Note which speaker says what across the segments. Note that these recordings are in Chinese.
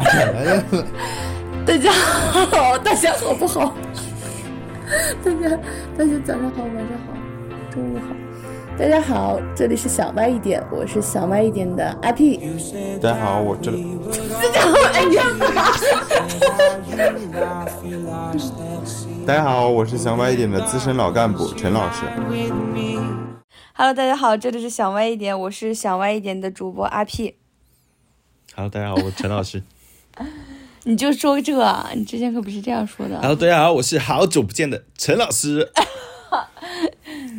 Speaker 1: 哎呀，
Speaker 2: 大家好，大家好不好？大家，大家早上好，晚上好，中午好，大家好，这里是想歪一点，我是想歪一点的阿 P。
Speaker 1: 大家好，我这里
Speaker 2: 哎呀，
Speaker 1: 大家好，我是想歪一点的资深老干部陈老师。
Speaker 3: Hello，大家好，这里是想歪一点，我是想歪一点的主播阿 P。
Speaker 4: Hello，大家好，我是陈老师。
Speaker 3: 你就说这啊，你之前可不是这样说的。
Speaker 4: Hello，大家好，我是好久不见的陈老师。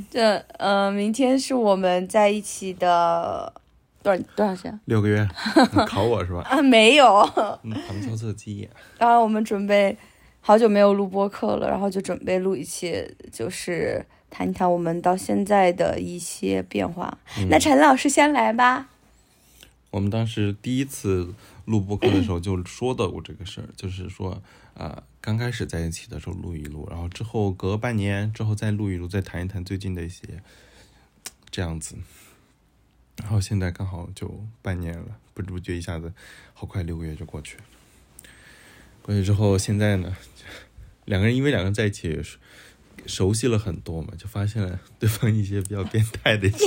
Speaker 3: 这呃，明天是我们在一起的多少多长时间
Speaker 4: 六个 月，你考我是吧？
Speaker 3: 啊？没有
Speaker 4: 嗯，旁敲侧击。
Speaker 3: 啊，我们准备好久没有录播客了，然后就准备录一期，就是谈一谈我们到现在的一些变化。
Speaker 4: 嗯
Speaker 3: 那陈老师先来吧。
Speaker 4: 我们当时第一次录播课的时候就说到过这个事儿，就是说，呃，刚开始在一起的时候录一录，然后之后隔半年之后再录一录，再谈一谈最近的一些这样子。然后现在刚好就半年了，不知不觉一下子，好快六个月就过去了。过去之后，现在呢，两个人因为两个人在一起熟熟悉了很多嘛，就发现了对方一些比较变态的一些。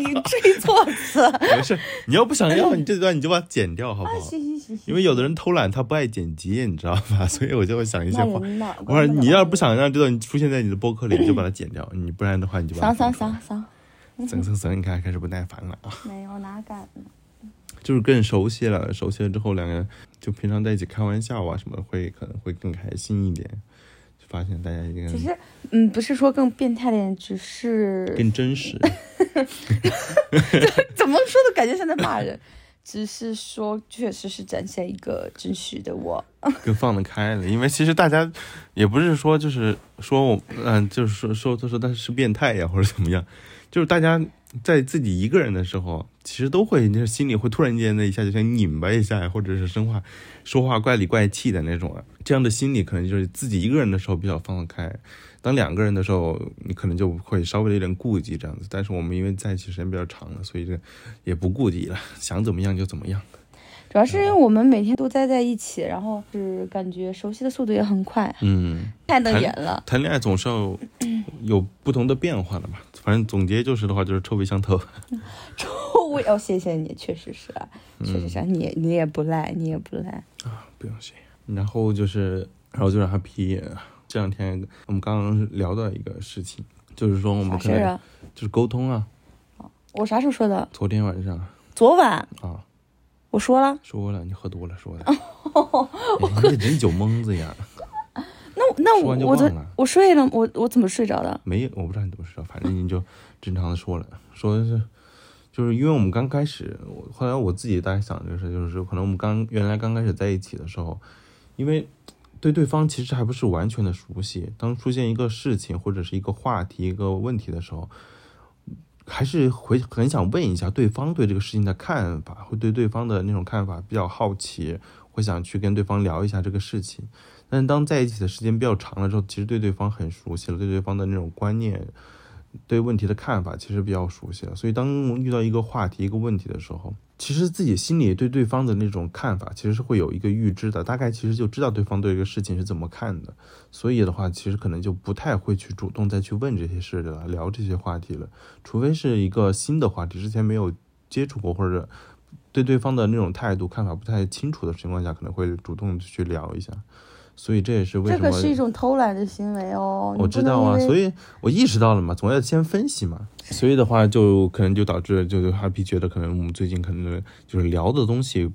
Speaker 3: 你追错词。
Speaker 4: 没事，你要不想要，你这段你就把它剪掉，好不好？因为有的人偷懒，他不爱剪辑，你知道吧？ 所以我就会想一些
Speaker 3: 那
Speaker 4: 话。
Speaker 3: 人哪
Speaker 4: 我说你要是不想让这段出现在你的播客里，你就把它剪掉；你不然的话，你就 把它
Speaker 3: 想
Speaker 4: 放
Speaker 3: 想
Speaker 4: 出
Speaker 3: 想
Speaker 4: 来。
Speaker 3: 想，
Speaker 4: 省省省，你看开始不耐烦了啊！
Speaker 3: 没有哪敢。
Speaker 4: 就是更熟悉了，熟悉了之后，两个人就平常在一起开玩笑啊什么的，会可能会更开心一点。就发现大家一个
Speaker 3: 只
Speaker 4: 人
Speaker 3: 是，嗯，不是说更变态点，只是
Speaker 4: 更真实，
Speaker 3: 怎么说的感觉像在骂人，只是说确实是展现一个真实的我。
Speaker 4: 更放得开了。因为其实大家也不是说就是说我嗯、就是说说他说他是变态呀或者怎么样，就是大家在自己一个人的时候，其实都会就是心里会突然间的一下就想拧巴一下，或者是生怕说话怪里怪气的那种啊。这样的心理可能就是自己一个人的时候比较放得开，当两个人的时候，你可能就会稍微的有点顾忌这样子。但是我们因为在一起时间比较长了，所以这也不顾忌了，想怎么样就怎么样。
Speaker 3: 主要是因为我们每天都待在一起，然后是感觉熟悉的速度也很快，
Speaker 4: 嗯。
Speaker 3: 太能演 了。
Speaker 4: 谈恋爱总是要有不同的变化的嘛。反正总结就是的话，就是臭味相投。
Speaker 3: 哦我要谢谢你，确实是啊，确实是啊，你你也不赖，你也不赖。
Speaker 4: 不用谢。然后就是，然后就让他批。这两天我们刚刚聊到一个事情，就是说我们
Speaker 3: 啥
Speaker 4: 可
Speaker 3: 事儿
Speaker 4: 能
Speaker 3: 啊？
Speaker 4: 就是沟通啊。
Speaker 3: 我啥时候说的？
Speaker 4: 昨天晚上
Speaker 3: 昨晚
Speaker 4: 啊，
Speaker 3: 我说了。
Speaker 4: 说了你喝多了说的，哎你这人酒蒙子呀，
Speaker 3: 那那
Speaker 4: 说
Speaker 3: 我
Speaker 4: 完就
Speaker 3: 我昨
Speaker 4: 忘了
Speaker 3: 我睡了，我我怎么睡着的？
Speaker 4: 没有，我不知道你怎么知道，反正你就正常的说了，说的是。就是因为我们刚开始，我后来我自己大概想这个事，就是可能我们刚原来刚开始在一起的时候，因为对对方其实还不是完全的熟悉，当出现一个事情或者是一个话题、一个问题的时候，还是会很想问一下对方对这个事情的看法，会对对方的那种看法比较好奇，会想去跟对方聊一下这个事情。但是当在一起的时间比较长了之后，其实对对方很熟悉了，对对方的那种观念、对问题的看法其实比较熟悉了。所以当遇到一个话题、一个问题的时候，其实自己心里对对方的那种看法，其实是会有一个预知的，大概其实就知道对方对这个事情是怎么看的。所以的话，其实可能就不太会去主动再去问这些事了，聊这些话题了，除非是一个新的话题，之前没有接触过或者。对对方的那种态度、看法不太清楚的情况下，可能会主动去聊一下，所以这也是为
Speaker 3: 这
Speaker 4: 什么
Speaker 3: 可是一种偷懒的行为哦。
Speaker 4: 我知道啊，所
Speaker 3: 以
Speaker 4: 以我意识到了嘛，总要先分析嘛。所以的话，就可能就导致就就哈皮觉得，可能我们最近可能就是聊的东西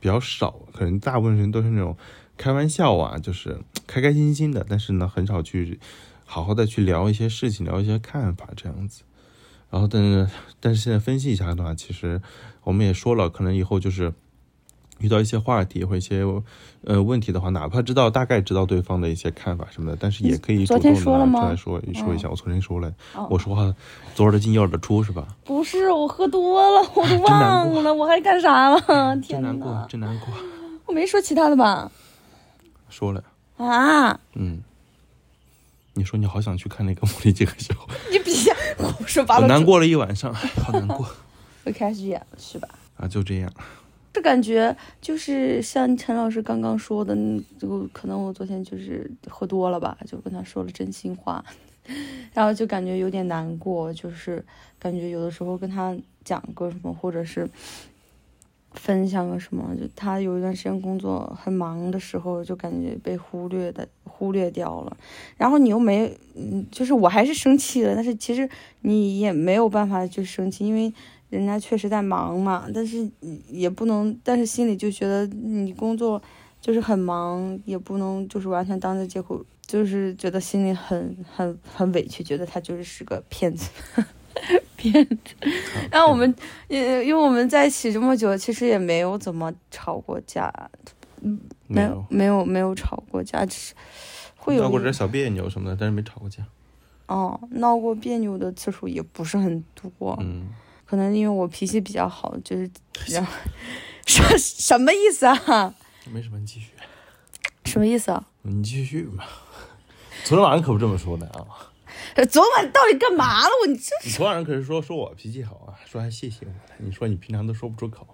Speaker 4: 比较少，可能大部分人都是那种开玩笑啊，就是开开心心的，但是呢，很少去好好的去聊一些事情，聊一些看法这样子。然后，但是但是现在分析一下的话，其实我们也说了，可能以后就是遇到一些话题或一些呃问题的话，哪怕知道大概知道对方的一些看法什么的，但是也可以
Speaker 3: 昨
Speaker 4: 主
Speaker 3: 天
Speaker 4: 动
Speaker 3: 说了
Speaker 4: 的拿出
Speaker 3: 吗
Speaker 4: 来说说一下。我昨天说了，
Speaker 3: 哦
Speaker 4: 我说话左耳朵进右耳朵出是吧？
Speaker 3: 不是我喝多 了，我都
Speaker 4: 真难
Speaker 3: 忘了，我还干啥了？
Speaker 4: 真
Speaker 3: 天
Speaker 4: 难过
Speaker 3: 哪，，
Speaker 4: 真难过。
Speaker 3: 我没说其他的吧？
Speaker 4: 说了，
Speaker 3: 啊，
Speaker 4: 嗯，你说你好想去看那个 《魔力几个小》，
Speaker 3: 你别 胡说八
Speaker 4: 我
Speaker 3: 道。
Speaker 4: 难过了一晚上，好难过
Speaker 3: 我开始演了是吧？
Speaker 4: 啊，就这样。
Speaker 3: 这感觉就是像陈老师刚刚说的，嗯就可能我昨天就是喝多了吧，就跟他说了真心话， 然后就感觉有点难过，就是感觉有的时候跟他讲个什么，或者是分享个什么，就他有一段时间工作很忙的时候，就感觉被忽略的忽略掉了，然后你又没，嗯，就是我还是生气了，但是其实你也没有办法去生气，因为。人家确实在忙嘛，但是也不能，但是心里就觉得你工作就是很忙，也不能就是完全当做借口，就是觉得心里很很很委屈，觉得他就是是个骗子，骗子。然后我们也因为我们在一起这么久，其实也没有怎么吵过架，
Speaker 4: 没
Speaker 3: 有
Speaker 4: 有
Speaker 3: 没有没有吵过架，只是会有
Speaker 4: 闹过
Speaker 3: 一
Speaker 4: 点小别扭什么的，但是没吵过架。
Speaker 3: 哦闹过别扭的次数也不是很多，
Speaker 4: 嗯，
Speaker 3: 可能因为我脾气比较好，就是然后 什什么意思啊？
Speaker 4: 没什么，你继续，
Speaker 3: 什么意思啊？
Speaker 4: 你继续吧。 昨天晚上可不这么说的啊！
Speaker 3: 昨晚到底干嘛了？我你这
Speaker 4: 你 昨晚上可是说说我脾气好啊，说还谢谢我的。你说你平常都说不出口，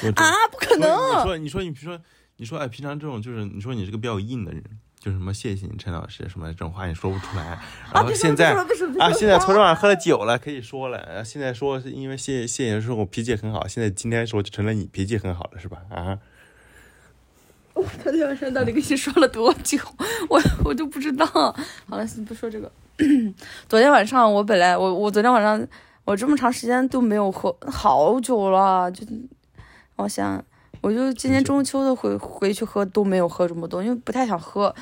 Speaker 4: 说这
Speaker 3: 啊，不可能！
Speaker 4: 你说你说你说你说哎，平常这种就是你说你是个比较硬的人，就是什么谢谢你陈老师什么这种话你说不出来，
Speaker 3: 啊
Speaker 4: 然后
Speaker 3: 别说
Speaker 4: 现在
Speaker 3: 了别说了别说了别说了
Speaker 4: 啊现在昨天晚上喝了酒了可以说了，然后现在说是因为谢谢谢谢说我脾气很好，现在今天说就成了你脾气很好了是吧？啊，
Speaker 3: 昨天晚上到底跟你说了多久？ 我我都不知道。好了，先不说这个。 昨天晚上我本来我我昨天晚上我这么长时间都没有喝，好久了，就我想我就今年中秋的回回去喝都没有喝这么多，因为不太想喝。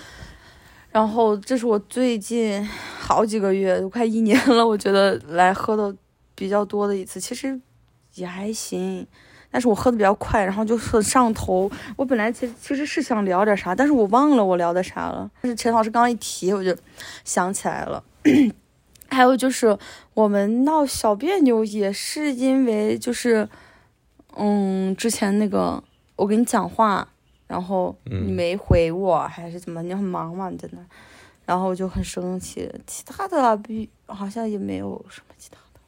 Speaker 3: 然后这是我最近好几个月，都快一年了，我觉得来喝的比较多的一次，其实也还行。但是我喝的比较快，然后就很上头，我本来其实其实是想聊点啥，但是我忘了我聊的啥了。但是陈老师刚刚一提，我就想起来了。 还有就是我们闹小别扭也是因为就是，嗯，之前那个我给你讲话，然后
Speaker 4: 嗯
Speaker 3: 你没回我，还是怎么？你很忙嘛，你在那儿，然后我就很生气。其他的啊比好像也没有什么其他的，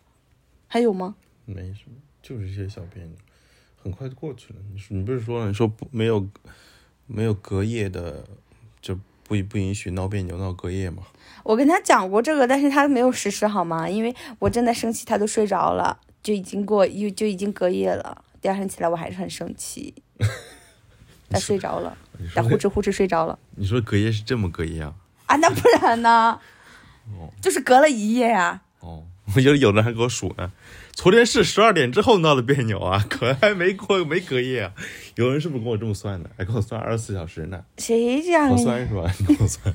Speaker 3: 还有吗？
Speaker 4: 没什么，就是一些小别扭，很快就过去了。你说你不是说了，你说不没有没有隔夜的就不不允许闹别扭闹隔夜嘛？
Speaker 3: 我跟他讲过这个，但是他没有实施好吗？因为我正在生气，他都睡着了，就已经过又就已经隔夜了。第二天起来我还是很生 气，他睡着了，
Speaker 4: 你
Speaker 3: 他
Speaker 4: 说
Speaker 3: 呼哧呼哧睡着了
Speaker 4: 你说隔夜是这么隔夜啊？
Speaker 3: 啊，那不然 呢？就是隔了一夜呀、
Speaker 4: 哦， 我觉得有的人还给我数呢。昨天是十二点之后闹的别扭啊， 可还没过没隔夜啊。有人是不是跟我这么算的？还跟我算二十四小时呢？
Speaker 3: 谁这样
Speaker 4: 好
Speaker 3: 跟你
Speaker 4: 算是吧？你跟我算。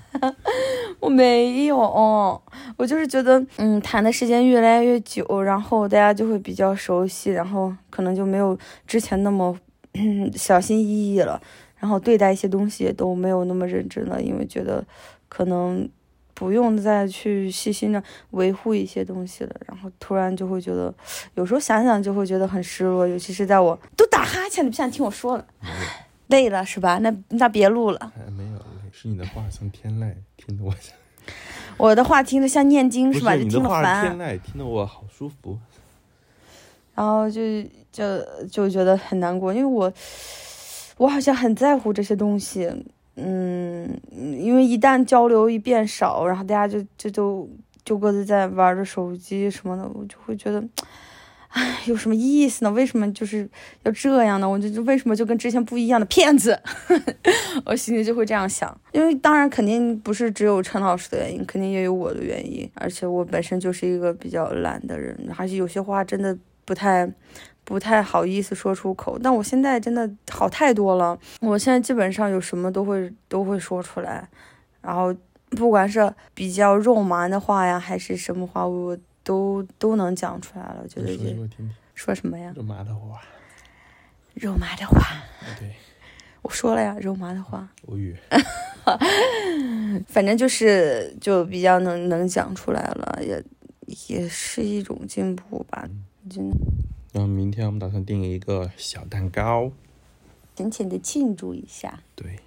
Speaker 3: 我没有，哦我就是觉得，嗯，谈的时间越来越久，然后大家就会比较熟悉，然后可能就没有之前那么嗯小心翼翼了，然后对待一些东西也都没有那么认真了，因为觉得可能不用再去细心的维护一些东西了，然后突然就会觉得，有时候想想就会觉得很失落，尤其是在我都打哈欠，你不想听我说了，累了是吧？那那别录了。
Speaker 4: 哎，没有累，是你的话像天籁，听得我像
Speaker 3: 我的话听着像念经
Speaker 4: 不
Speaker 3: 吧？
Speaker 4: 是
Speaker 3: 就
Speaker 4: 你的
Speaker 3: 听着
Speaker 4: 话
Speaker 3: 烦。啊
Speaker 4: 是天籁，听得我好舒服。
Speaker 3: 然后就就就觉得很难过，因为我我好像很在乎这些东西，嗯，因为一旦交流一变少，然后大家就就就就各自在玩着手机什么的，我就会觉得。唉，有什么意思呢？为什么就是要这样呢？我就就为什么就跟之前不一样的骗子， 我心里就会这样想。因为当然肯定不是只有陈老师的原因，肯定也有我的原因。而且我本身就是一个比较懒的人，还是有些话真的不太不太好意思说出口，但我现在真的好太多了。我现在基本上有什么都会都会说出来，然后不管是比较肉麻的话呀，还是什么话，我都都能讲出来了。我觉得
Speaker 4: 你说
Speaker 3: 也
Speaker 4: 一个我听听，
Speaker 3: 说什么呀？
Speaker 4: 这麻的啊话，
Speaker 3: 肉麻的话，
Speaker 4: 对，
Speaker 3: 我说了呀，肉麻的话，
Speaker 4: 无语。
Speaker 3: 反正就是就比较能能讲出来了，也也是一种进步吧。就
Speaker 4: 然后明天我们打算订一个小蛋糕，
Speaker 3: 浅浅的庆祝一下。
Speaker 4: 对，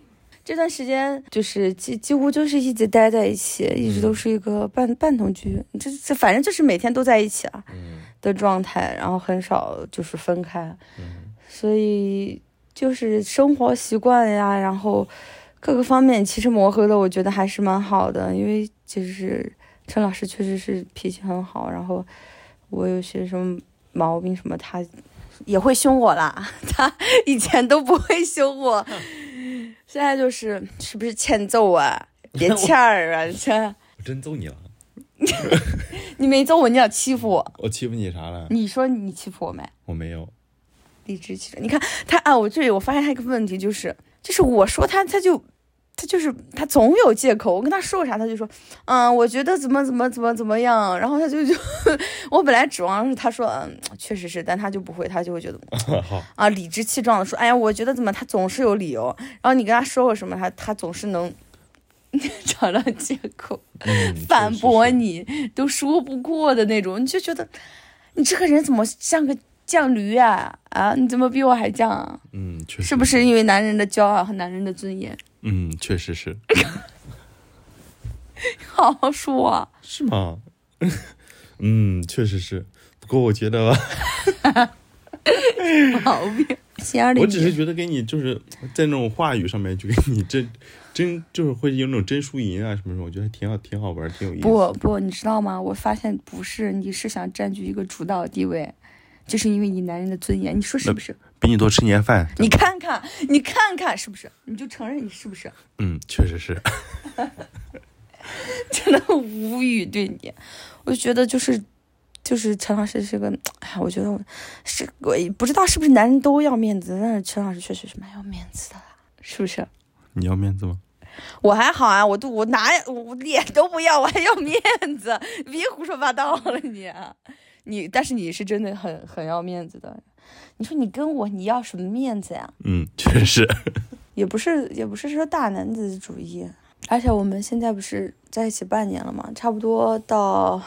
Speaker 3: 这段时间就是几几乎就是一直待在一起，一直都是一个半半同居，这这反正就是每天都在一起啊
Speaker 4: 嗯
Speaker 3: 的状态，然后很少就是分开，
Speaker 4: 嗯，
Speaker 3: 所以就是生活习惯呀，然后各个方面其实磨合的，我觉得还是蛮好的。因为就是陈老师确实是脾气很好，然后我有些什么毛病什么，他也会凶我啦。 他以前都不会凶 我，现在就是是不是欠揍 啊？别欠儿啊！这
Speaker 4: 我真揍你了，
Speaker 3: 你没揍我，你要欺负我。
Speaker 4: 我欺负你啥了？
Speaker 3: 你说你欺负我没？
Speaker 4: 我没有，
Speaker 3: 理直气壮。你看他啊，我这里我发现他一个问题就是，就是我说他，他就他就是他总有借口。我跟他说个啥，他就说，嗯，我觉得怎么怎么怎么怎么样。然后他就就， 我本来指望是他说，嗯，确实是，但他就不会，他就会觉得
Speaker 4: 好，
Speaker 3: 啊，理直气壮的说，哎呀，我觉得怎么他总是有理由。然后你跟他说过什么，他他总是能 找到借口。
Speaker 4: 嗯
Speaker 3: 反驳，
Speaker 4: 确实是
Speaker 3: 你都说不过的那种，你就觉得你这个人怎么像个犟驴啊？啊，你怎么比我还犟啊？
Speaker 4: 嗯，确实
Speaker 3: 是不是？因为男人的骄傲和男人的尊严？
Speaker 4: 嗯，确实是，
Speaker 3: 好好说、啊，
Speaker 4: 是吗？ 嗯，确实是。不过我觉得吧，
Speaker 3: 毛病。心眼里
Speaker 4: 我只是觉得给你就是在那种话语上面，就给你真 真就是会有那种真输赢啊什么什么，我觉得还挺好，挺好玩，挺有意思。
Speaker 3: 不不，你知道吗？我发现不是，你是想占据一个主导地位，就是因为你男人的尊严，你说是不是？
Speaker 4: 比你多吃年饭，
Speaker 3: 你看看，你看看是不是？你就承认你是不是？
Speaker 4: 嗯，确实是。
Speaker 3: 真的很无语对你，我就觉得就是就是陈老师是个，哎，我觉得我是我也不知道是不是男人都要面子，但是陈老师确实是蛮要面子的啦，是不是？
Speaker 4: 你要面子吗？
Speaker 3: 我还好啊，我都我哪我脸都不要，我还要面子，别胡说八道了你、啊你但是你是真的很很要面子的，你说你跟我你要什么面子呀？
Speaker 4: 嗯，确实是。
Speaker 3: 也不是也不是说大男子主义，而且我们现在不是在一起半年了嘛，差不多到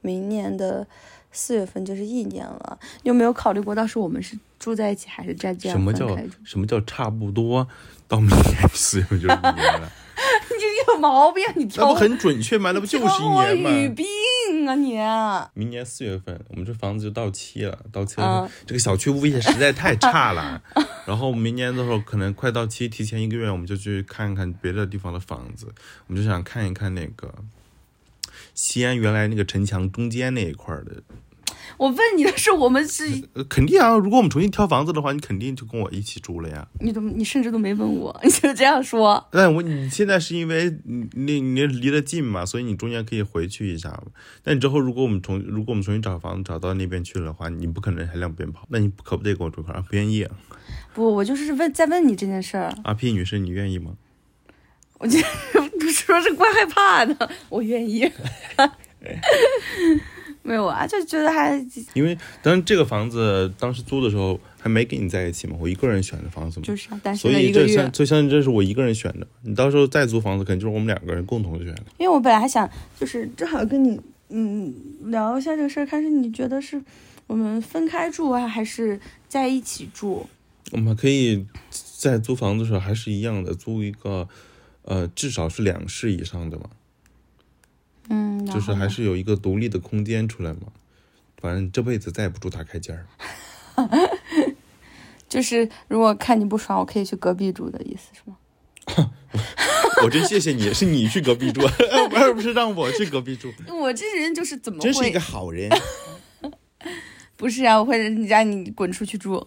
Speaker 3: 明年的四月份就是一年了。你有没有考虑过，到时候我们是住在一起，还是这样这样
Speaker 4: 什么
Speaker 3: 分
Speaker 4: 叫
Speaker 3: 开住？
Speaker 4: 什么叫差不多？到明年四月份就是一年了，
Speaker 3: 你有毛病，你
Speaker 4: 那
Speaker 3: 挑
Speaker 4: 不很准确吗？那不就是一
Speaker 3: 挑我
Speaker 4: 年
Speaker 3: 语
Speaker 4: 吗？
Speaker 3: 病啊你！
Speaker 4: 明年四月份，我们这房子就到期了，到期
Speaker 3: 啊
Speaker 4: 了。这个小区物业实在太差 了，然后明年的时候可能快到期，提前一个月我们就去看看别的地方的房子，我们就想看一看那个西安原来那个城墙中间那一块儿的。
Speaker 3: 我问你的是，我们是
Speaker 4: 呃肯定啊，如果我们重新挑房子的话，你肯定就跟我一起住了呀。
Speaker 3: 你都你甚至都没问我，你就这样说。
Speaker 4: 但我你现在是因为你你你离得近嘛，所以你中间可以回去一下嘛。但你之后如果我们重如果我们重新找房子找到那边去了的话，你不可能还两边跑，那你可不得跟我住一块儿？不愿意啊？
Speaker 3: 不，我就是问在问你这件事儿，
Speaker 4: 阿 P 女士，你愿意吗？
Speaker 3: 我就 说是怪害怕的， 我愿意。没有啊，就觉得还
Speaker 4: 因为当时这个房子当时租的时候还没跟你在一起嘛，我一个人选的房子嘛，
Speaker 3: 就是啊单
Speaker 4: 所
Speaker 3: 身了
Speaker 4: 以
Speaker 3: 一个
Speaker 4: 这
Speaker 3: 月
Speaker 4: 相，就相当于这是我一个人选的。你到时候再租房子，肯定就是我们两个人共同选的。
Speaker 3: 因为我本来还想就是正好跟你嗯聊一下这个事儿，看是你觉得是我们分开住啊，还是在一起住？
Speaker 4: 我们可以在租房子的时候还是一样的，租一个呃至少是两室以上的嘛。
Speaker 3: 嗯，然
Speaker 4: 就是
Speaker 3: 后
Speaker 4: 还
Speaker 3: 呢
Speaker 4: 是有一个独立的空间出来嘛。反正这辈子再也不住大开间儿。
Speaker 3: 就是如果看你不爽，我可以去隔壁住的意思是吗？
Speaker 4: 我真谢谢你，是你去隔壁住， 而不是让我去隔壁住。
Speaker 3: 我这人就是怎么
Speaker 4: 真是一
Speaker 3: 会
Speaker 4: 个好人。
Speaker 3: 不是啊？我会让你滚出去住。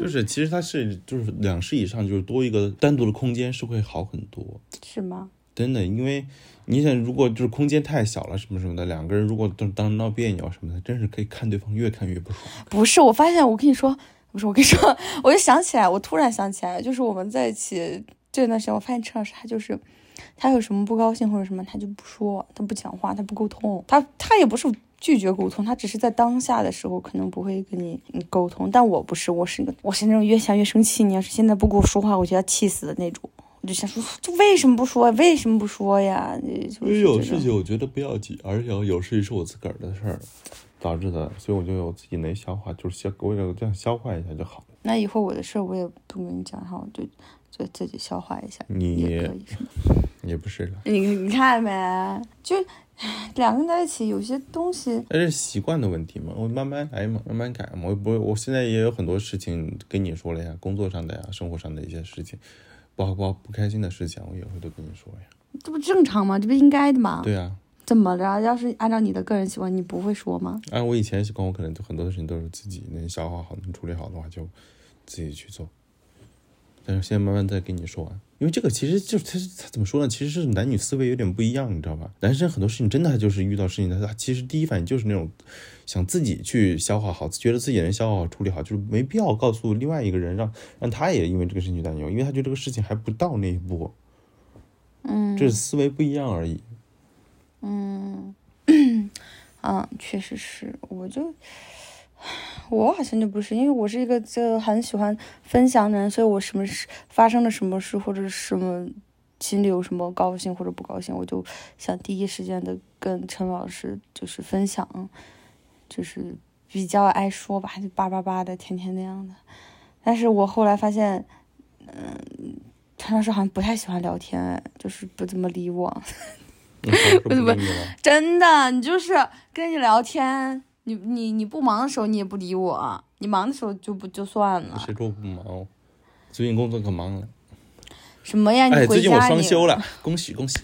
Speaker 4: 就是其实它是就是两室以上，就是多一个单独的空间是会好很多。
Speaker 3: 是吗？
Speaker 4: 真的，因为你想，如果就是空间太小了什么什么的，两个人如果当当时闹别扭啊什么的，真是可以看对方越看越不爽。
Speaker 3: 不是，我发现我跟你说， 不是我跟你说，我就想起来，我突然想起来，就是我们在一起这段时间，我发现陈老师他就是，他有什么不高兴或者什么，他就不说，他不讲话，他不沟通，他他也不是拒绝沟通，他只是在当下的时候可能不会跟你你沟通，但我不是，我是一个我是那种越想越生气，你要是现在不跟我说话，我就要气死的那种。我就想说，就为什么不说？为什么不说呀？就
Speaker 4: 因为
Speaker 3: 是
Speaker 4: 有
Speaker 3: 这
Speaker 4: 事
Speaker 3: 种
Speaker 4: 情我觉得不要紧，而且有事情是我自个儿的事儿导致的，所以我就我自己能消化，就是消我有这样消化一下就好。
Speaker 3: 那以后我的事儿我也不跟你讲，然后我就就自己消化一下，
Speaker 4: 你
Speaker 3: 也可以是吗？
Speaker 4: 也不是了，
Speaker 3: 你你看没？就唉两个人在一起，有些东西
Speaker 4: 但是习惯的问题嘛，我慢慢来嘛，慢慢改嘛。我不，我现在也有很多事情跟你说了呀，工作上的呀，生活上的一些事情，不好不好不开心的事情，我也会都跟你说呀。
Speaker 3: 这不正常吗？这不应该的吗？
Speaker 4: 对啊，
Speaker 3: 怎么着？要是按照你的个人习惯，你不会说吗？
Speaker 4: 按啊我以前的习惯，我可能就很多的事情都是自己能消化好、能处理好的话，就自己去做。但是现在慢慢再跟你说完，因为这个其实就是他他怎么说呢？其实是男女思维有点不一样，你知道吧？男生很多事情真的他就是遇到事情，他他其实第一反应就是那种想自己去消化好，觉得自己能消化好、处理好，就是没必要告诉另外一个人，让让他也因为这个事情去担忧，因为他觉得这个事情还不到那一步。嗯，这是思维不一样而已。
Speaker 3: 啊，确实是，我就我好像就不是，因为我是一个就很喜欢分享的人，所以我什么事发生了什么事或者什么心里有什么高兴或者不高兴，我就想第一时间的跟陈老师就是分享，就是比较爱说吧，就叭叭叭的，天天那样的。但是我后来发现，嗯、陈老师好像不太喜欢聊天，就是不怎么理我。
Speaker 4: 嗯好说不
Speaker 3: 怎么
Speaker 4: 定了
Speaker 3: 真的，你就是跟你聊天，你你你不忙的时候你也不理我，你忙的时候就不就算了。
Speaker 4: 谁说我不忙？最近工作可忙了。
Speaker 3: 什么呀？你
Speaker 4: 哎，
Speaker 3: 回
Speaker 4: 最近我
Speaker 3: 家
Speaker 4: 双
Speaker 3: 你
Speaker 4: 休了，恭喜恭喜！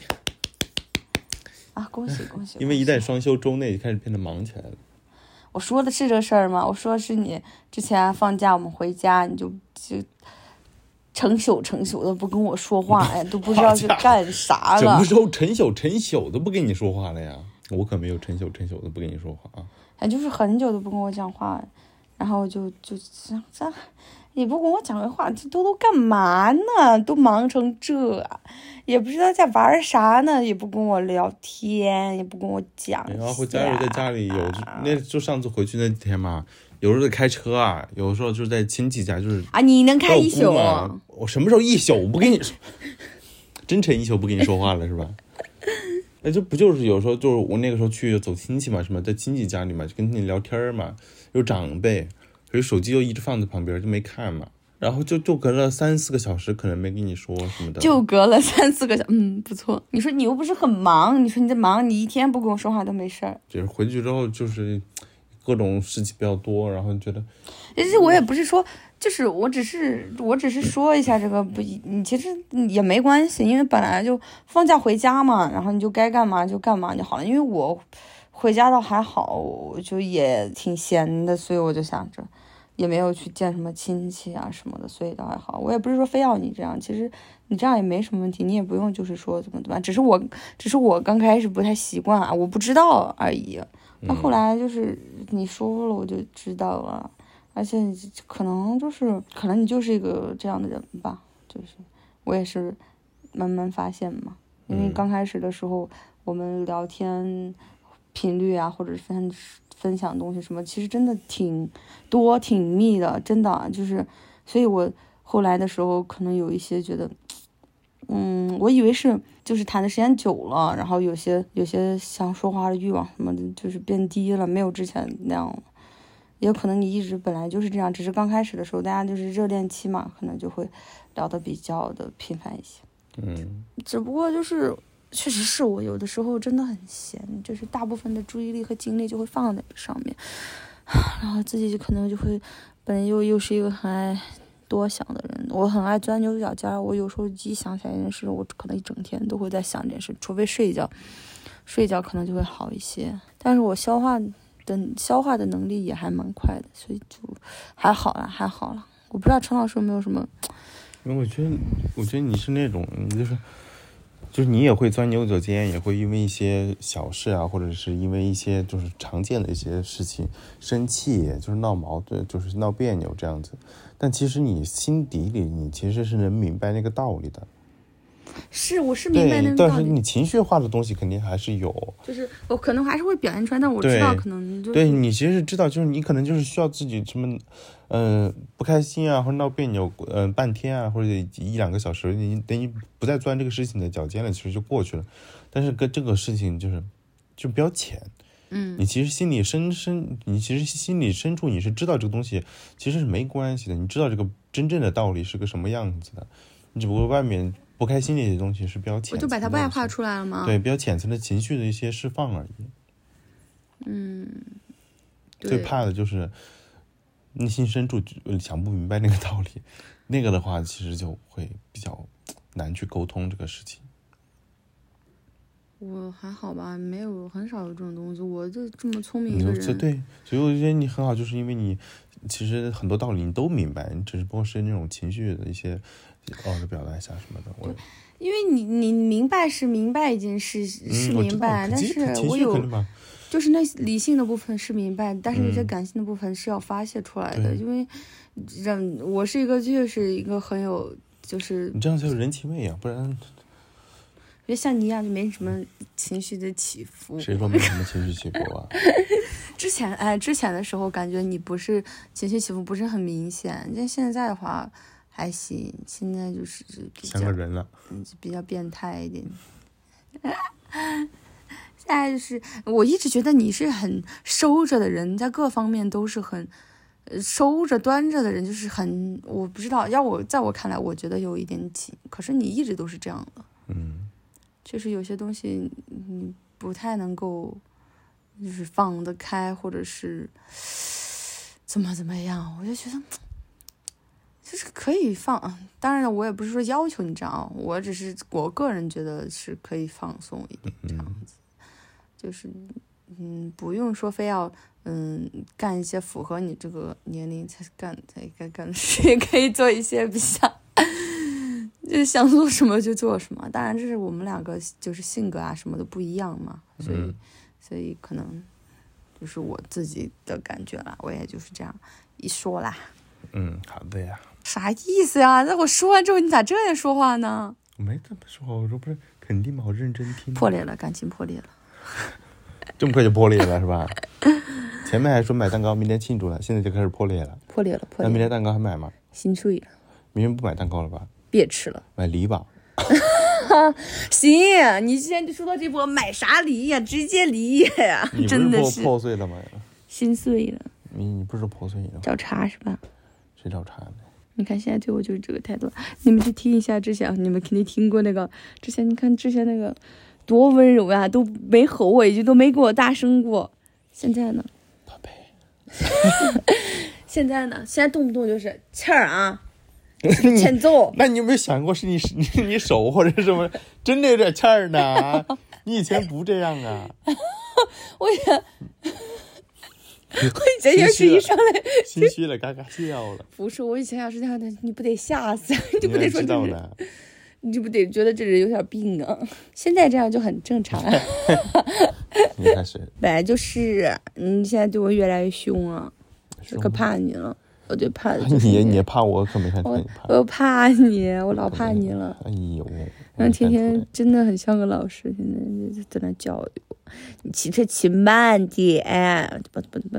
Speaker 3: 啊！恭喜恭喜！
Speaker 4: 因为一旦双休，周内就开始变得忙起来了。
Speaker 3: 我说的是这事儿吗？我说是你之前放假我们回家，你就就成宿成宿的不跟我说话，哎，都不知道是干啥
Speaker 4: 什
Speaker 3: 了
Speaker 4: 么。时候陈朽陈朽都不跟你说话了呀？我可没有陈朽陈朽都不跟你说话啊！
Speaker 3: 哎，就是很久都不跟我讲话，然后就就这样这样，也不跟我讲个话，这都都干嘛呢？都忙成这，啊也不知道在玩啥呢，也不跟我聊天，也不跟我讲一下。
Speaker 4: 然哎后回家又在家里有，那就上次回去那几天嘛，有时候在开车啊，有的时候就是在亲戚家，就是
Speaker 3: 啊，你能开
Speaker 4: 到
Speaker 3: 一宿啊
Speaker 4: 姑？嘛。啊我什么时候一宿不跟你说，真诚一宿不跟你说话了是吧？哎，这不就是有时候就是我那个时候去走亲戚嘛，什么在亲戚家里嘛，就跟你聊天儿嘛，有长辈，所以手机就一直放在旁边就没看嘛，然后就就隔了三四个小时，可能没跟你说什么的。
Speaker 3: 就隔了三四个小，嗯，不错。你说你又不是很忙，你说你在忙，你一天不跟我说话都没事儿。
Speaker 4: 就是回去之后就是各种事情比较多，然后觉得
Speaker 3: 其实我也不是说，就是我只是我只是说一下这个不，你其实也没关系，因为本来就放假回家嘛，然后你就该干嘛就干嘛就好了。因为我回家倒还好，我就也挺闲的，所以我就想着也没有去见什么亲戚啊什么的，所以倒还好。我也不是说非要你这样，其实你这样也没什么问题，你也不用就是说怎么怎么样，只是我只是我刚开始不太习惯啊，我不知道而已。那后来就是你说了，我就知道了。而且你可能就是，可能你就是一个这样的人吧，就是我也是慢慢发现嘛，因为
Speaker 4: 嗯
Speaker 3: 刚开始的时候我们聊天频率啊，或者是分分享东西什么，其实真的挺多挺密的，真的啊就是，所以我后来的时候可能有一些觉得，嗯，我以为是就是谈的时间久了，然后有些有些想说话的欲望什么的，就是变低了，没有之前那样了。也有可能你一直本来就是这样，只是刚开始的时候大家就是热恋期嘛，可能就会聊得比较的频繁一些。
Speaker 4: 嗯，
Speaker 3: 只不过就是，确实是我有的时候真的很闲，就是大部分的注意力和精力就会放在上面，然后自己就可能就会，本来又又是一个很爱多想的人，我很爱钻牛角尖儿。我有时候一想起来一件事，我可能一整天都会在想这件事，除非睡一觉，睡一觉可能就会好一些。但是我消化的消化的能力也还蛮快的，所以就还好啦，还好啦。我不知道陈老师有没有什么
Speaker 4: 因为我觉得我觉得你是那种你就是。就是你也会钻牛角尖，也会因为一些小事啊，或者是因为一些就是常见的一些事情生气，就是闹矛盾，就是闹别扭这样子。但其实你心底里，你其实是能明白那个道理的。
Speaker 3: 是我是明白那
Speaker 4: 对，
Speaker 3: 个
Speaker 4: 但
Speaker 3: 道
Speaker 4: 是
Speaker 3: 理，
Speaker 4: 你情绪化的东西肯定还是有。
Speaker 3: 就是我可能还是会表现出来，但我知道
Speaker 4: 对
Speaker 3: 可能就
Speaker 4: 对你其实是知道，就是你可能就是需要自己什么，呃，不开心啊，或者闹别扭，呃，半天啊，或者一两个小时，你等你不再钻这个事情的脚尖了，其实就过去了。但是跟这个事情就是，就比较浅。嗯，你其实心里深深，你其实心里深处你是知道这个东西其实是没关系的，你知道这个真正的道理是个什么样子的，你只不过外面不开心的一些东西是比较浅
Speaker 3: 我
Speaker 4: 层的
Speaker 3: 就
Speaker 4: 东西，
Speaker 3: 把它外化出来了嘛。
Speaker 4: 对比较浅层的情绪的一些释放而已。最
Speaker 3: 嗯对，
Speaker 4: 怕的就是内心深处呃想不明白那个道理，那个的话其实就会比较难去沟通这个事情。
Speaker 3: 我还好吧，没有很少有这种东西。我就这么聪明
Speaker 4: 你
Speaker 3: 一个
Speaker 4: 就
Speaker 3: 嗯人，
Speaker 4: 这对，所以我觉得你很好，就是因为你其实很多道理你都明白，你只不过是那种情绪的一些哦，就表达一下什么的。我
Speaker 3: 因为你你明白是明白一件事是
Speaker 4: 嗯，我
Speaker 3: 明
Speaker 4: 知道
Speaker 3: 白，
Speaker 4: 肯
Speaker 3: 但
Speaker 4: 定
Speaker 3: 是
Speaker 4: 情
Speaker 3: 我
Speaker 4: 绪肯
Speaker 3: 有
Speaker 4: 定吧，
Speaker 3: 就是那理性的部分是明白，但是有些
Speaker 4: 嗯
Speaker 3: 感性的部分是要发泄出来的，
Speaker 4: 对
Speaker 3: 因为人我是一个确实一个很有就是
Speaker 4: 你这样才有人情味啊，不然
Speaker 3: 别像你一样就没什么情绪的起伏。
Speaker 4: 谁说没什么情绪起伏 啊？
Speaker 3: 之前哎，之前的时候感觉你不是情绪起伏不是很明显，但现在的话还行，现在就是比较
Speaker 4: 像个人了，
Speaker 3: 嗯比较变态一点。 现在就是，我一直觉得你是很收着的人，你在各方面都是很呃收着端着的人，就是很我不知道，要我在我看来，我觉得有一点紧。可是你一直都是这样的，
Speaker 4: 嗯，
Speaker 3: 就是有些东西你不太能够就是放得开，或者是怎么怎么样，我就觉得就是可以放。啊当然了，我也不是说要求你这样啊，我只是我个人觉得是可以放松一点这样子，就是嗯，不用说非要嗯干一些符合你这个年龄才干才该干的事，也可以做一些比较。就是想做什么就做什么，当然这是我们两个就是性格啊什么的不一样嘛，所以、
Speaker 4: 嗯
Speaker 3: 所以可能就是我自己的感觉啦，我也就是这样一说啦，
Speaker 4: 嗯，好的呀。
Speaker 3: 啥意思呀？那我说完之后你咋这样说话呢？
Speaker 4: 我没这么说，我说不是肯定嘛，我认真听。
Speaker 3: 破裂了，感情破裂了。
Speaker 4: 这么快就破裂了是吧？ 前面还说买蛋糕，明天庆祝了，现在就开始破裂了。
Speaker 2: 破裂了，破
Speaker 4: 那明
Speaker 2: 裂
Speaker 4: 天
Speaker 2: 了，
Speaker 4: 蛋糕还买吗？
Speaker 2: 心注意了，
Speaker 4: 明天不买蛋糕了吧？
Speaker 2: 别吃了。
Speaker 4: 买梨吧。
Speaker 2: 行，你既然就说到这波，买啥梨呀？直接梨呀，
Speaker 4: 你 不
Speaker 2: 真的
Speaker 4: 破
Speaker 2: 是
Speaker 4: 破碎了吗？
Speaker 2: 心碎了，
Speaker 4: 你你不是破碎了吗？
Speaker 2: 找茬是吧？
Speaker 4: 谁找茬呢？
Speaker 3: 你看现在对我就是这个态度，你们去听一下之前，你们肯定听过那个之前，你看之前那个多温柔呀、都没吼我一句，都没给我大声过。现在呢？
Speaker 4: 宝贝，
Speaker 2: 现在呢？现在动不动就是欠儿啊，
Speaker 4: 你
Speaker 2: 欠揍，
Speaker 4: 那你有没有想过是你是你你手或者什么 真的有点欠儿 呢？你以前不这样啊？
Speaker 2: 我也，我以前
Speaker 4: 心
Speaker 2: 要是
Speaker 4: 虚
Speaker 2: 一
Speaker 4: 了
Speaker 2: 上来，
Speaker 4: 心虚了，嘎嘎笑了。
Speaker 2: 不是我以前要是这样的，你不得吓死，你
Speaker 4: 你
Speaker 2: 不得
Speaker 4: 也
Speaker 2: 说
Speaker 4: 知
Speaker 2: 这
Speaker 4: 道
Speaker 2: 人，
Speaker 4: 的，
Speaker 2: 你不得觉得这人有点病啊？现在这样就很正常、啊，
Speaker 4: 你开始
Speaker 2: 本来就是，你现在对我越来越凶了、
Speaker 4: 凶
Speaker 2: 可怕你了，我最怕的就是
Speaker 4: 你也你也怕我，可没看出
Speaker 2: 我
Speaker 4: 来你怕。
Speaker 2: 我怕你，我老怕你了。
Speaker 4: 哎呦，
Speaker 2: 然
Speaker 4: 我
Speaker 2: 后天
Speaker 4: 没看出
Speaker 2: 天
Speaker 4: 来
Speaker 2: 真的很像个老师，现在就在那教育我，你骑车骑慢点，不不不不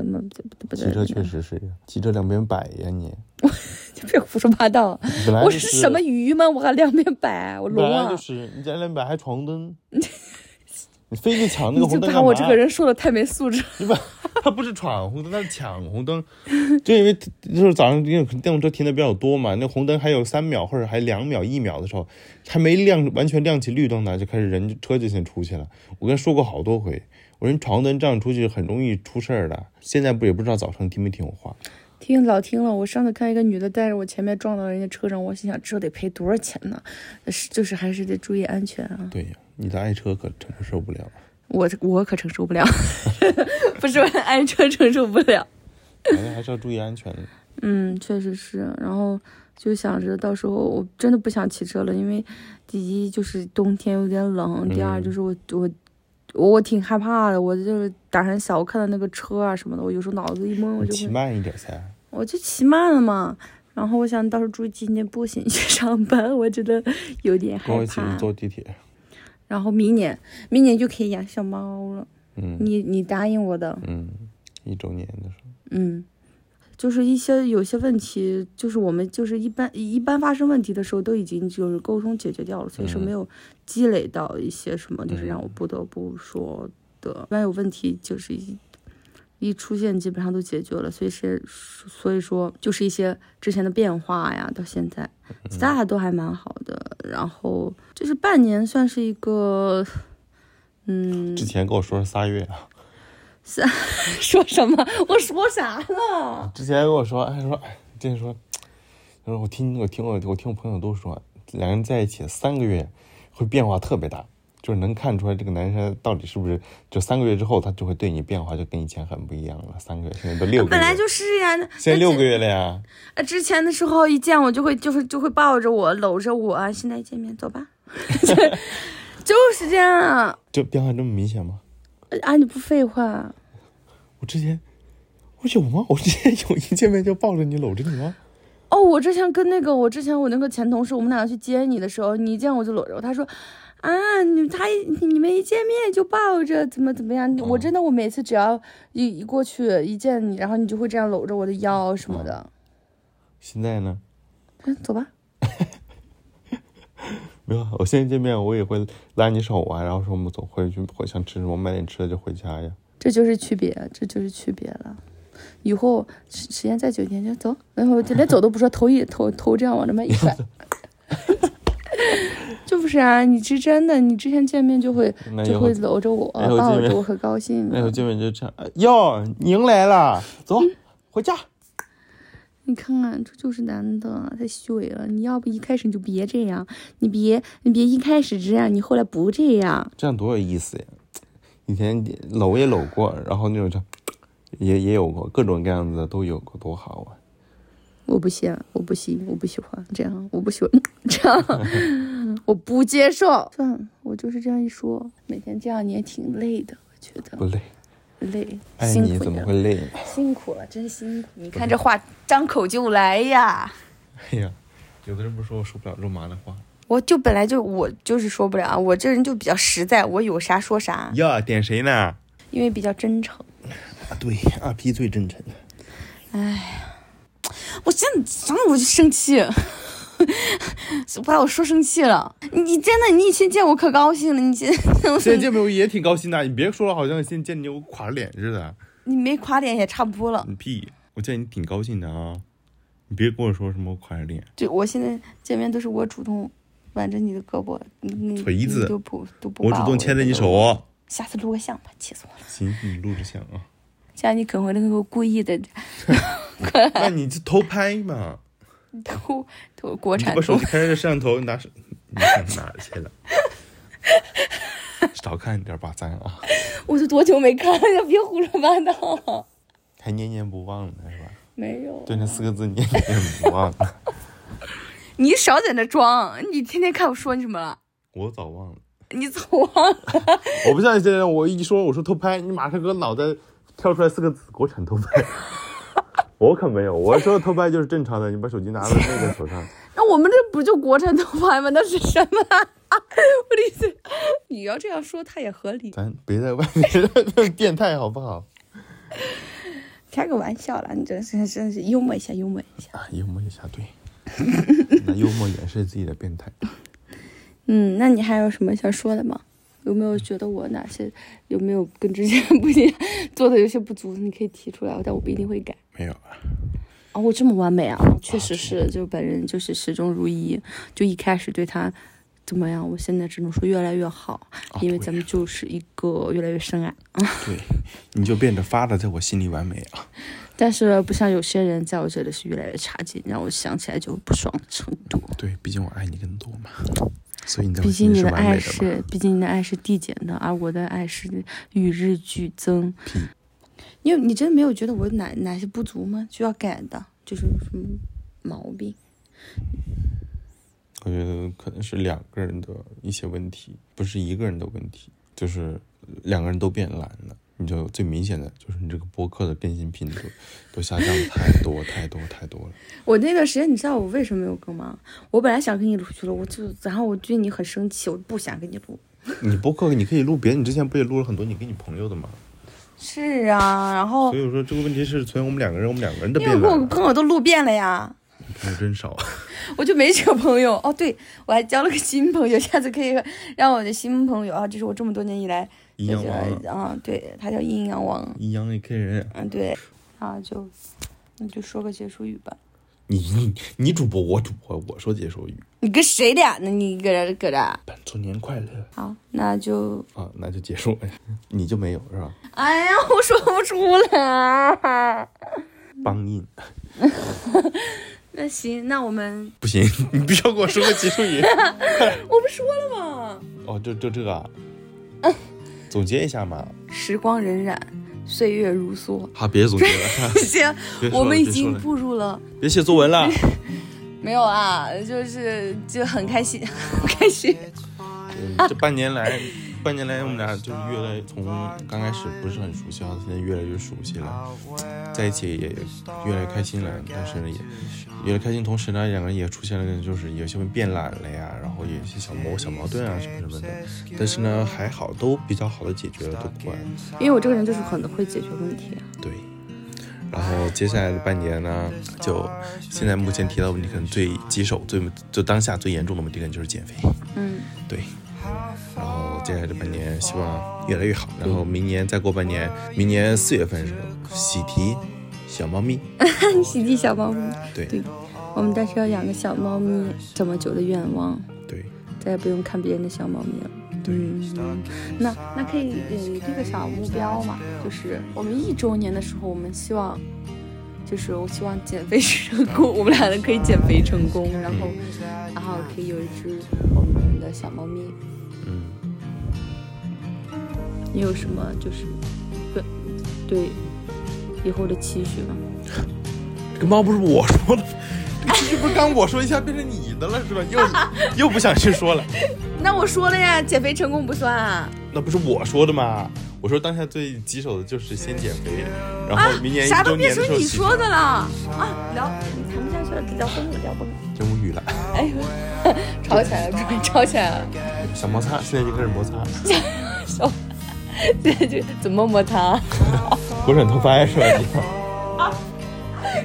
Speaker 2: 不不，
Speaker 4: 骑车确实是，骑车两边摆呀你。
Speaker 2: 就别胡说八道。
Speaker 4: 本来
Speaker 2: 我
Speaker 4: 就是
Speaker 2: 什么鱼吗？我还两边摆，我
Speaker 4: 本
Speaker 2: 聋
Speaker 4: 来
Speaker 2: 啊
Speaker 4: 就！是你在那边还闯 红灯，你非得抢那
Speaker 2: 你
Speaker 4: 个红
Speaker 2: 就
Speaker 4: 灯
Speaker 2: 把
Speaker 4: 干
Speaker 2: 我
Speaker 4: 嘛？
Speaker 2: 这个人说的太没素质 了。
Speaker 4: 你把他不是闯红灯，他是抢红灯，就因为就是早上因为电动车停的比较多嘛，那红灯还有三秒或者还两秒一秒的时候，还没亮完全亮起绿灯呢，就开始人就车就先出去了。我跟他说过好多回，我说你闯红灯这样出去很容易出事儿的。现在不也不知道早上听没听我话，
Speaker 2: 听老听了，我上次看一个女的带着我前面撞到人家车上，我心想这得赔多少钱呢？是就是还是得注意安全啊！
Speaker 4: 对呀，你的爱车可承受不了，
Speaker 2: 我我可承受不了， 不是我爱车承受不了。
Speaker 4: 反正还是要注意安全的。
Speaker 3: 嗯，确实是。然后就想着到时候我真的不想骑车了，因为第一就是冬天有点冷，第二
Speaker 4: 嗯
Speaker 3: 就是我我我我挺害怕的，我就是胆很小，我看到那个车啊什么的，我有时候脑子一懵，我
Speaker 4: 你
Speaker 3: 就
Speaker 4: 骑
Speaker 3: 会
Speaker 4: 慢一点噻。
Speaker 3: 我就骑慢了嘛。然后我想到时候注意今天步行 去上班，我觉得有点
Speaker 4: 跟我
Speaker 3: 害
Speaker 4: 一起
Speaker 3: 怕。
Speaker 4: 坐地铁。
Speaker 3: 然后明年明年就可以养小猫了，
Speaker 4: 嗯
Speaker 3: 你你答应我的，
Speaker 4: 嗯，一周年的时候，
Speaker 3: 嗯，就是一些有些问题，就是我们就是一般一般发生问题的时候，都已经就是沟通解决掉了，所以说
Speaker 4: 嗯
Speaker 3: 没有积累到一些什么，就是让我
Speaker 4: 嗯
Speaker 3: 不得不说的。一般有问题就是一一出现，基本上都解决了，所以是
Speaker 4: 嗯
Speaker 3: 所以说就是一些之前的变化呀，到现在其他的都还蛮好的。然后就是半年算是一个，嗯，
Speaker 4: 之前跟我说是仨月啊，
Speaker 3: 说什么？我说啥了？
Speaker 4: 之前跟我说，哎说哎，之前说，他说我听我听我我听我朋友都说，两个人在一起三个月会变化特别大，就是能看出来这个男生到底是不是就三个月之后他就会对你变化就跟以前很不一样了。三个月现在都六个月，
Speaker 3: 本来就是呀、
Speaker 4: 现在六个月了呀。
Speaker 3: 呃，之前的时候一见我就会就会就会抱着我搂着我，啊现在见面走吧， 就就是这样啊！
Speaker 4: 就变化这么明显吗？
Speaker 3: 啊，你不废话，
Speaker 4: 我之前我有吗？我之前有一见面就抱着你搂着你吗？
Speaker 3: 哦，我之前跟那个我之前我那个前同事，我们俩去接你的时候，你一见我就搂着我，他说。啊，你他一你们一见面就抱着，怎么怎么样？我真的我每次只要一一过去一见你，然后你就会这样搂着我的腰什么的。
Speaker 4: 现在呢？
Speaker 3: 嗯，走吧。
Speaker 4: 没有，我现在见面我也会拉你手啊，然后说我们走回去，回想吃什么买点吃的就回家呀。
Speaker 3: 这就是区别，这就是区别了。以后时时间再久一点就走，然后就连走都不说，头一头头这样往这边一甩， 就不是啊！你是真的，你之前见面就会
Speaker 4: 那以
Speaker 3: 就
Speaker 4: 后
Speaker 3: 会搂着我，
Speaker 4: 那以后哎见
Speaker 3: 抱
Speaker 4: 面
Speaker 3: 着我，可高兴
Speaker 4: 那时候
Speaker 3: 了。
Speaker 4: 见面就这样，哎哟，您来了，走，
Speaker 3: 嗯
Speaker 4: 回家。
Speaker 3: 你看看，这就是男的，太虚伪了。你要不一开始你就别这样，你别你别一开始这样，你后来不这样。
Speaker 4: 这样多有意思呀！以前搂也搂过，然后那种就也也有过，各种各样子的都有过，多好啊！
Speaker 3: 我不行，我不行，我不喜欢这样，我不喜欢这样， 我不接受。算了，我就是这样一说，每天这样你也挺累的，我觉得
Speaker 4: 不累，
Speaker 3: 累，
Speaker 4: 爱
Speaker 3: 辛
Speaker 4: 你
Speaker 3: 苦
Speaker 4: 怎么
Speaker 3: 了
Speaker 4: 会累呢？
Speaker 3: 辛苦了，真辛苦。你看这话张口就来呀，
Speaker 4: 哎呀，有的人不是说我说不了肉麻的话，
Speaker 3: 我就本来就我就是说不了，啊我这人就比较实在，我有啥说啥，
Speaker 4: 呀，点谁呢？啊，
Speaker 3: 因为比较真诚。
Speaker 4: 对，二 P 最 真诚。
Speaker 3: 我真的，真的我就生气， 把我说生气了。你你真的，你以前见我可高兴了，你现在
Speaker 4: 现在见面我也挺高兴的，你别说了，好像现在见你我垮了脸似的。
Speaker 3: 你没垮脸也差不多了。
Speaker 4: 你屁！我见你挺高兴的啊，你别跟我说什么我垮着脸。
Speaker 3: 对，我现在见面都是我主动挽着你的胳膊，你你
Speaker 4: 锤子
Speaker 3: 你都不都不，
Speaker 4: 我主动牵着你手，，
Speaker 3: 下次录个像吧，气死我了！
Speaker 4: 行，你录着像啊。
Speaker 3: 这样你可能会那个故意的
Speaker 4: 那你就偷拍嘛，
Speaker 3: 偷偷国
Speaker 4: 你
Speaker 3: 产
Speaker 4: 把手
Speaker 3: 偷
Speaker 4: 机开着摄像头，你拿手，你看哪儿去了？少看点吧，咱啊，
Speaker 3: 我都多久没看了？别胡说八道。
Speaker 4: 还念念不忘呢是吧？
Speaker 3: 没有，
Speaker 4: 对那四个字念念不忘 了，
Speaker 3: 你少在那装，你天天看我说你什么了？
Speaker 4: 我早忘了。
Speaker 3: 你走啊！
Speaker 4: 我不像你这样，我一说我说偷拍，你马上给我脑袋跳出来四个字“国产偷拍”。 我可没有，我说的偷拍就是正常的，你把手机拿到那个手上，
Speaker 3: 那我们这不就国产偷拍吗？那是什么？啊 我的意思，你要这样说，他也合理。
Speaker 4: 咱别在外面 变态好不好？
Speaker 3: 开个玩笑啦，你这真真是幽默一下，幽默一下。
Speaker 4: 啊，幽默一下， 对，拿幽默掩饰自己的变态。
Speaker 3: 嗯，那你还有什么想说的吗？有没有觉得我哪些有没有跟之前 不一样，做的有些不足？你可以提出来，但我不一定会改。
Speaker 4: 没有啊，
Speaker 3: 哦，我这么完美啊，确实是，就本人就是始终如一，就一开始对他怎么样，我现在只能说越来越好，因为
Speaker 4: 对
Speaker 3: 咱们就是一个越来越深爱。
Speaker 4: 对，你就变着法的在我心里完美啊！
Speaker 3: 但是不像有些人在我这里是越来越差劲，让我想起来就不爽的程度。
Speaker 4: 对，毕竟我爱你更多嘛，所以你在我
Speaker 3: 毕竟
Speaker 4: 心里
Speaker 3: 你
Speaker 4: 是
Speaker 3: 的
Speaker 4: 完美
Speaker 3: 爱
Speaker 4: 的嘛。
Speaker 3: 是，毕竟你的爱是递减的，而我的爱是与日俱增。
Speaker 4: 嗯
Speaker 3: 因为你真的没有觉得我哪哪些不足吗？需要改的，就是有什么毛病？
Speaker 4: 我觉得可能是两个人的一些问题，不是一个人的问题，就是两个人都变懒了。你就最明显的就是你这个播客的更新频率都下降太多太多太多了。
Speaker 3: 我那段时间，你知道我为什么没有更吗？我本来想跟你录去了，我就然后我对你很生气，我不想跟你录。
Speaker 4: 你播客你可以录别人，你之前不也录了很多你跟你朋友的吗？
Speaker 3: 是啊，然后
Speaker 4: 所以我说这个问题是从我们两个人，我们两个人的
Speaker 3: 因
Speaker 4: 变
Speaker 3: 为我
Speaker 4: 懒了，
Speaker 3: 朋友都录遍了呀。
Speaker 4: 朋友 真少。
Speaker 3: 我就没这个朋友哦。对，我还交了个新朋友，下次可以让我的新朋友啊，这是我这么多年以来
Speaker 4: 阴阳王
Speaker 3: 啊，对他叫阴阳王，
Speaker 4: 阴阳 AK 人，
Speaker 3: 嗯、对，啊就那就说个结束语吧。
Speaker 4: 你你你主播，我主播，我说结束语。
Speaker 3: 你跟谁俩呢？你搁这搁这？
Speaker 4: 本周年快乐
Speaker 3: 好，那就
Speaker 4: 啊，那就结束。你就没有是吧？
Speaker 3: 哎呀，我说不出来。
Speaker 4: 帮印
Speaker 3: 那行，那我们
Speaker 4: 不行， 你必须要给我说个结 束语。
Speaker 3: 我不说了吗？
Speaker 4: 哦，就就这个啊。总结一 下嘛。
Speaker 3: 时光荏苒，岁月如梭。
Speaker 4: 好，别总结了，
Speaker 3: 行，
Speaker 4: 别说
Speaker 3: 我
Speaker 4: 了
Speaker 3: 们已
Speaker 4: 别说
Speaker 3: 经
Speaker 4: 了
Speaker 3: 步入了
Speaker 4: 别写作文了。
Speaker 3: 没有啊，就是就很开心， 很开心。
Speaker 4: 嗯这半年来，半年来我们俩就是越来从刚开始不是很熟悉啊，现在越来越熟悉了，在一起也越来越开心了。但是呢，也越来越开心，同时呢，两个人也出现了就是有些会变懒了呀，然后有一些小矛小矛盾啊什么什么的。但是呢，还好都比较好的解决了，都不管。
Speaker 3: 因为我这个人就是很会解决问题、
Speaker 4: 对。然后接下来的半年呢，就现在目前提到的问题，可能最棘手、最就当下最严重的问题，可能就是减肥。
Speaker 3: 嗯，
Speaker 4: 对。然后接下来这半年，希望越来越好。然后明年再过半年，明年四月份是吧？喜提小猫咪，
Speaker 3: 喜剧小猫咪，
Speaker 4: 对
Speaker 3: 对我们但是要养个小猫咪，这么久的愿望，
Speaker 4: 对
Speaker 3: 再也不用看别人的小猫咪了。嗯，那那可以呃这个小目标嘛，就是我们一周年的时候，我们希望，就是我希望减肥成功，我们俩可以减肥成功，然后然后可以有一只我们的小猫咪。
Speaker 4: 嗯，
Speaker 3: 你有什么就是对对以后的期许吗？
Speaker 4: 这个猫不是我说的，这不是刚我说一下变成你的了是吧？又又不想去说了，
Speaker 3: 那我说了呀，减肥成功不算啊。
Speaker 4: 那不是我说的吗？我说当下最棘手的就是先减肥，然后明年一
Speaker 3: 啊啥
Speaker 4: 周
Speaker 3: 都变
Speaker 4: 年
Speaker 3: 成
Speaker 4: 的时候
Speaker 3: 你
Speaker 4: 喜提
Speaker 3: 说的了啊！聊，谈不下去了，聊崩了，聊崩了，
Speaker 4: 真无语了。
Speaker 3: 吵起来了，终于吵起来了，
Speaker 4: 小摩擦，现在就开始摩擦，
Speaker 3: 手，现在就怎么摩擦？
Speaker 4: 国产偷拍是吧？你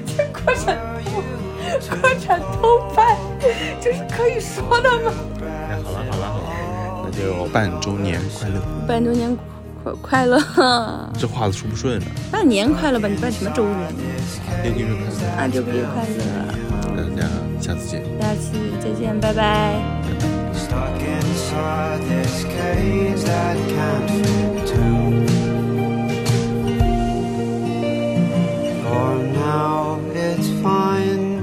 Speaker 3: 这国产偷，国产偷拍，这是可以说的吗？
Speaker 4: 哎，好了好了好了，那就半周年快乐。
Speaker 3: 拜周年快快乐，
Speaker 4: 这话都说不顺了，
Speaker 3: 拜年快乐吧，你拜什么周年？
Speaker 4: 六月快乐。
Speaker 3: 啊，周年快乐，
Speaker 4: 大家下次见。
Speaker 3: 下期再见，拜拜。
Speaker 5: Stuck inside this cage that can't fit to. For now, it's fine.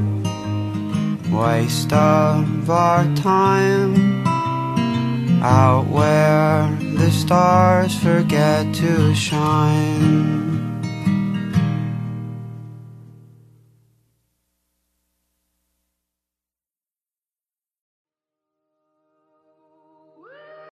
Speaker 5: Waste of our time. Out where the stars forget to shine.